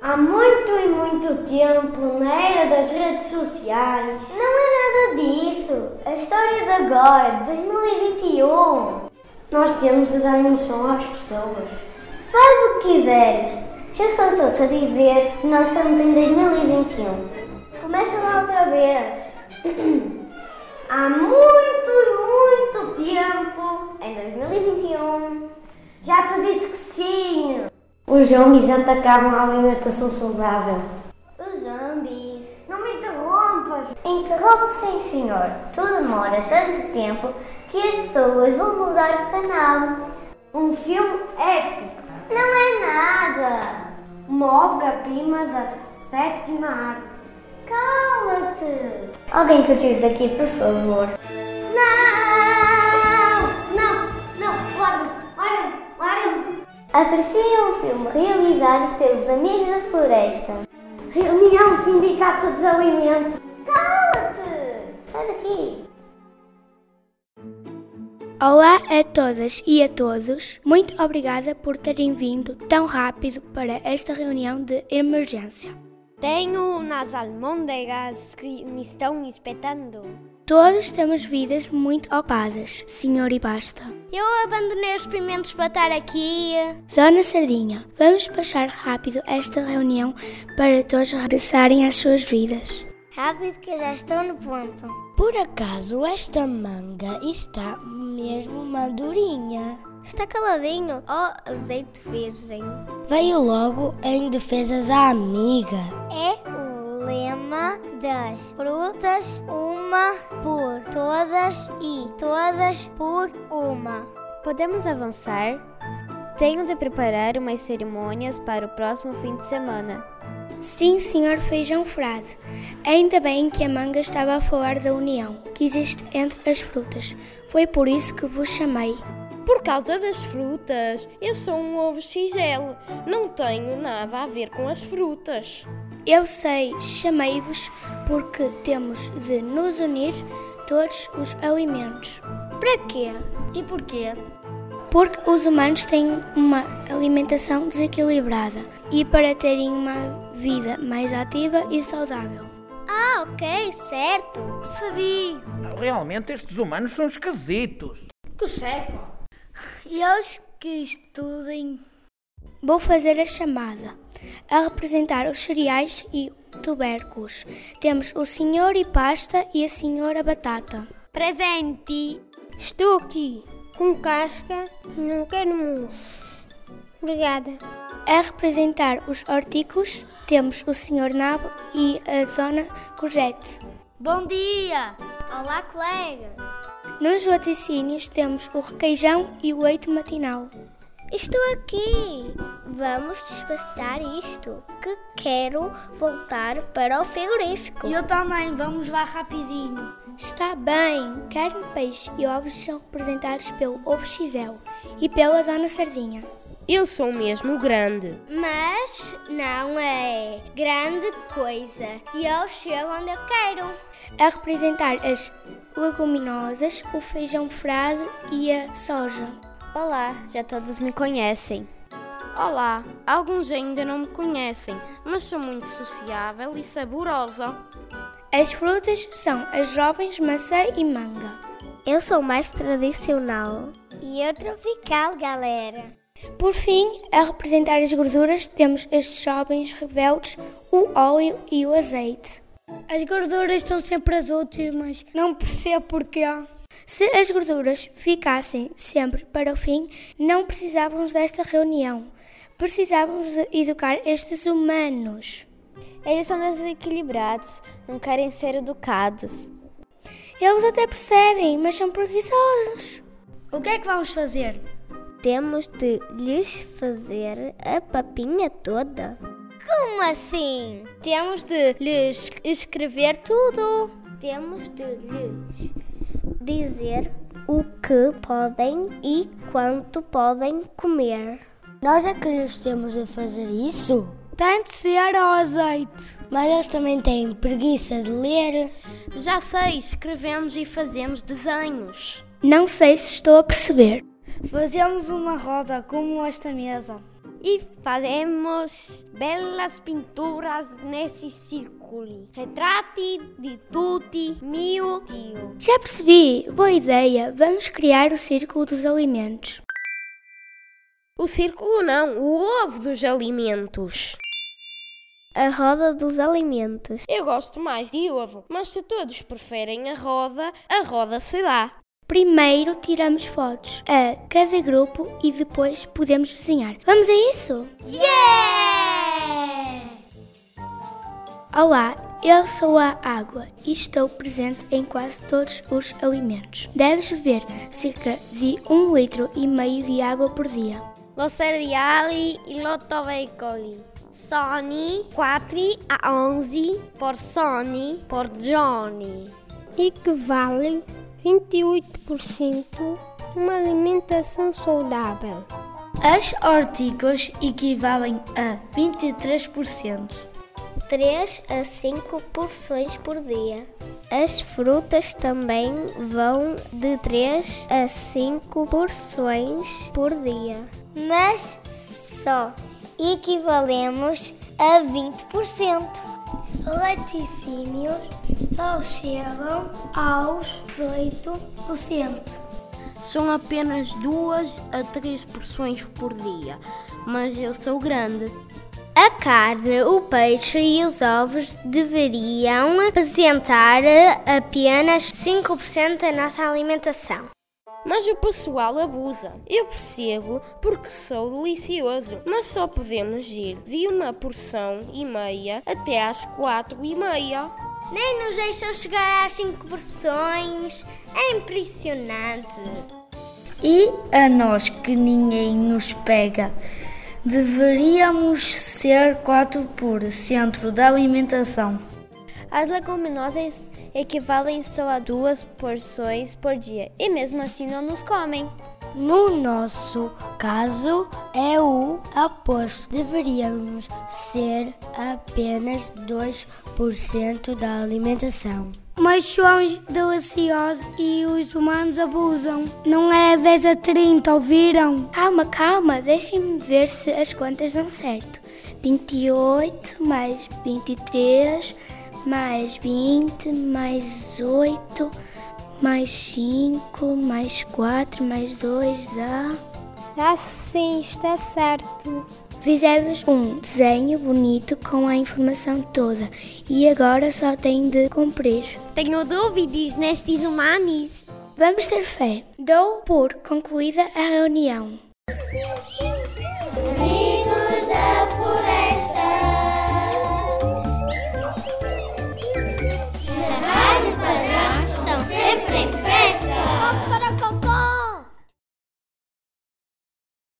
Há muito e muito tempo, na era das redes sociais. Não é nada disso. A história de agora, de 2021. Nós temos de dar emoção às pessoas. Faz o que quiseres. Já só estou-te a dizer que nós estamos em 2021. Começa lá outra vez. Há muito e muito tempo. Em 2021. Já te disse que sim. Os zombies atacavam a alimentação saudável. Os zombies. Não me interrompas. Interrompe sim, senhor. Tu demoras tanto tempo que as pessoas vão mudar de canal. Um filme épico. Não é nada. Uma obra-prima da sétima arte. Cala-te. Alguém que eu tire daqui, por favor. Ah! Não! Não! Não! Larga-me! Larga-me! Larga-me! Aparecia um filme realizado pelos Amigos da Floresta. Reunião Sindicata dos Alimentos. Cala-te! Sai daqui. Olá a todas e a todos. Muito obrigada por terem vindo tão rápido para esta reunião de emergência. Tenho unas almôndegas que me estão espetando. Todos temos vidas muito ocupadas, senhor e basta. Eu abandonei os pimentos para estar aqui. Dona Sardinha, vamos baixar rápido esta reunião para todos regressarem às suas vidas. Rápido que eu já estou no ponto. Por acaso esta manga está mesmo madurinha? Está caladinho, oh azeite virgem. Veio logo em defesa da amiga. É o lema das frutas, uma por todas e todas por uma. Podemos avançar? Tenho de preparar umas cerimônias para o próximo fim de semana. Sim, senhor feijão furado. Ainda bem que a manga estava a falar da união que existe entre as frutas. Foi por isso que vos chamei. Por causa das frutas, eu sou um ovo xigel. Não tenho nada a ver com as frutas. Eu sei, chamei-vos porque temos de nos unir todos os alimentos. Para quê? E porquê? Porque os humanos têm uma alimentação desequilibrada e para terem uma vida mais ativa e saudável. Ah, ok, certo. Percebi. Realmente estes humanos são esquisitos. Que seco. E aos que estudem. Vou fazer a chamada. A representar os cereais e tubérculos. Temos o senhor e pasta e a senhora batata. Presente. Estou aqui com casca, não quero murro. Obrigada. A representar os hortícolas, temos o Sr. Nabo e a Dona Courgette. Bom dia! Olá, colegas! Nos laticínios temos o requeijão e o leite matinal. Estou aqui! Vamos despachar isto, que quero voltar para o frigorífico. Eu também, vamos lá rapidinho. Está bem! Carne, peixe e ovos são representados pelo ovo xisel e pela dona sardinha. Eu sou mesmo grande. Mas não é grande coisa. E eu chego onde eu quero. A representar as leguminosas, o feijão frade e a soja. Olá, já todos me conhecem. Olá, alguns ainda não me conhecem, mas sou muito sociável e saborosa. As frutas são as jovens maçã e manga. Eu sou mais tradicional. E eu tropical, galera. Por fim, a representar as gorduras, temos estes jovens rebeldes, o óleo e o azeite. As gorduras são sempre as últimas, não percebo porquê. Se as gorduras ficassem sempre para o fim, não precisávamos desta reunião. Precisávamos de educar estes humanos. Eles são desequilibrados, não querem ser educados. Eles até percebem, mas são preguiçosos. O que é que vamos fazer? Temos de lhes fazer a papinha toda. Como assim? Temos de lhes escrever tudo. Temos de lhes dizer o que podem e quanto podem comer. Nós é que lhes temos de fazer isso? Tem de ser ao azeite. Mas eles também têm preguiça de ler. Já sei, escrevemos e fazemos desenhos. Não sei se estou a perceber. Fazemos uma roda como esta mesa. e fazemos belas pinturas nesse círculo. Retrati di tutti mio tio. Já percebi, boa ideia. Vamos criar o círculo dos alimentos. O círculo não, o ovo dos alimentos. A roda dos alimentos. Eu gosto mais de ovo, mas se todos preferem a roda, a roda será. Primeiro tiramos fotos a cada grupo e depois podemos desenhar. Vamos a isso? Yeah! Olá, eu sou a água e estou presente em quase todos os alimentos. Deves beber cerca de um litro e meio de água por dia. Lo cereali e lo toveicoli. Sony 4 a 11 por Sony por Johnny. Equivalem 28% uma alimentação saudável. As hortícolas equivalem a 23%. 3 a 5 porções por dia. As frutas também vão de 3 a 5 porções por dia. Mas só equivalemos a 20% laticínios só chegam aos 18%. São apenas duas a três porções por dia, mas eu sou grande. A carne, o peixe e os ovos deveriam representar apenas 5% da nossa alimentação. Mas o pessoal abusa. Eu percebo porque sou delicioso. Mas só podemos ir de uma porção e meia até às quatro e meia. Nem nos deixam chegar às cinco porções. É impressionante. E a nós que ninguém nos pega. Deveríamos ser 4% da alimentação. As leguminosas equivalem só a duas porções por dia e mesmo assim não nos comem. No nosso caso é o aposto. Deveríamos ser apenas 2% da alimentação. Mas somos deliciosos e os humanos abusam. Não é 10 a 30, ouviram? Calma, calma, deixem-me ver se as contas dão certo. 28 mais 23 mais 20, mais 8, mais 5, mais 4, mais 2 dá. Dá sim, está certo. Fizemos um desenho bonito com a informação toda e agora só tem de cumprir. Tenho dúvidas nestes humanos. Vamos ter fé. Dou por concluída a reunião.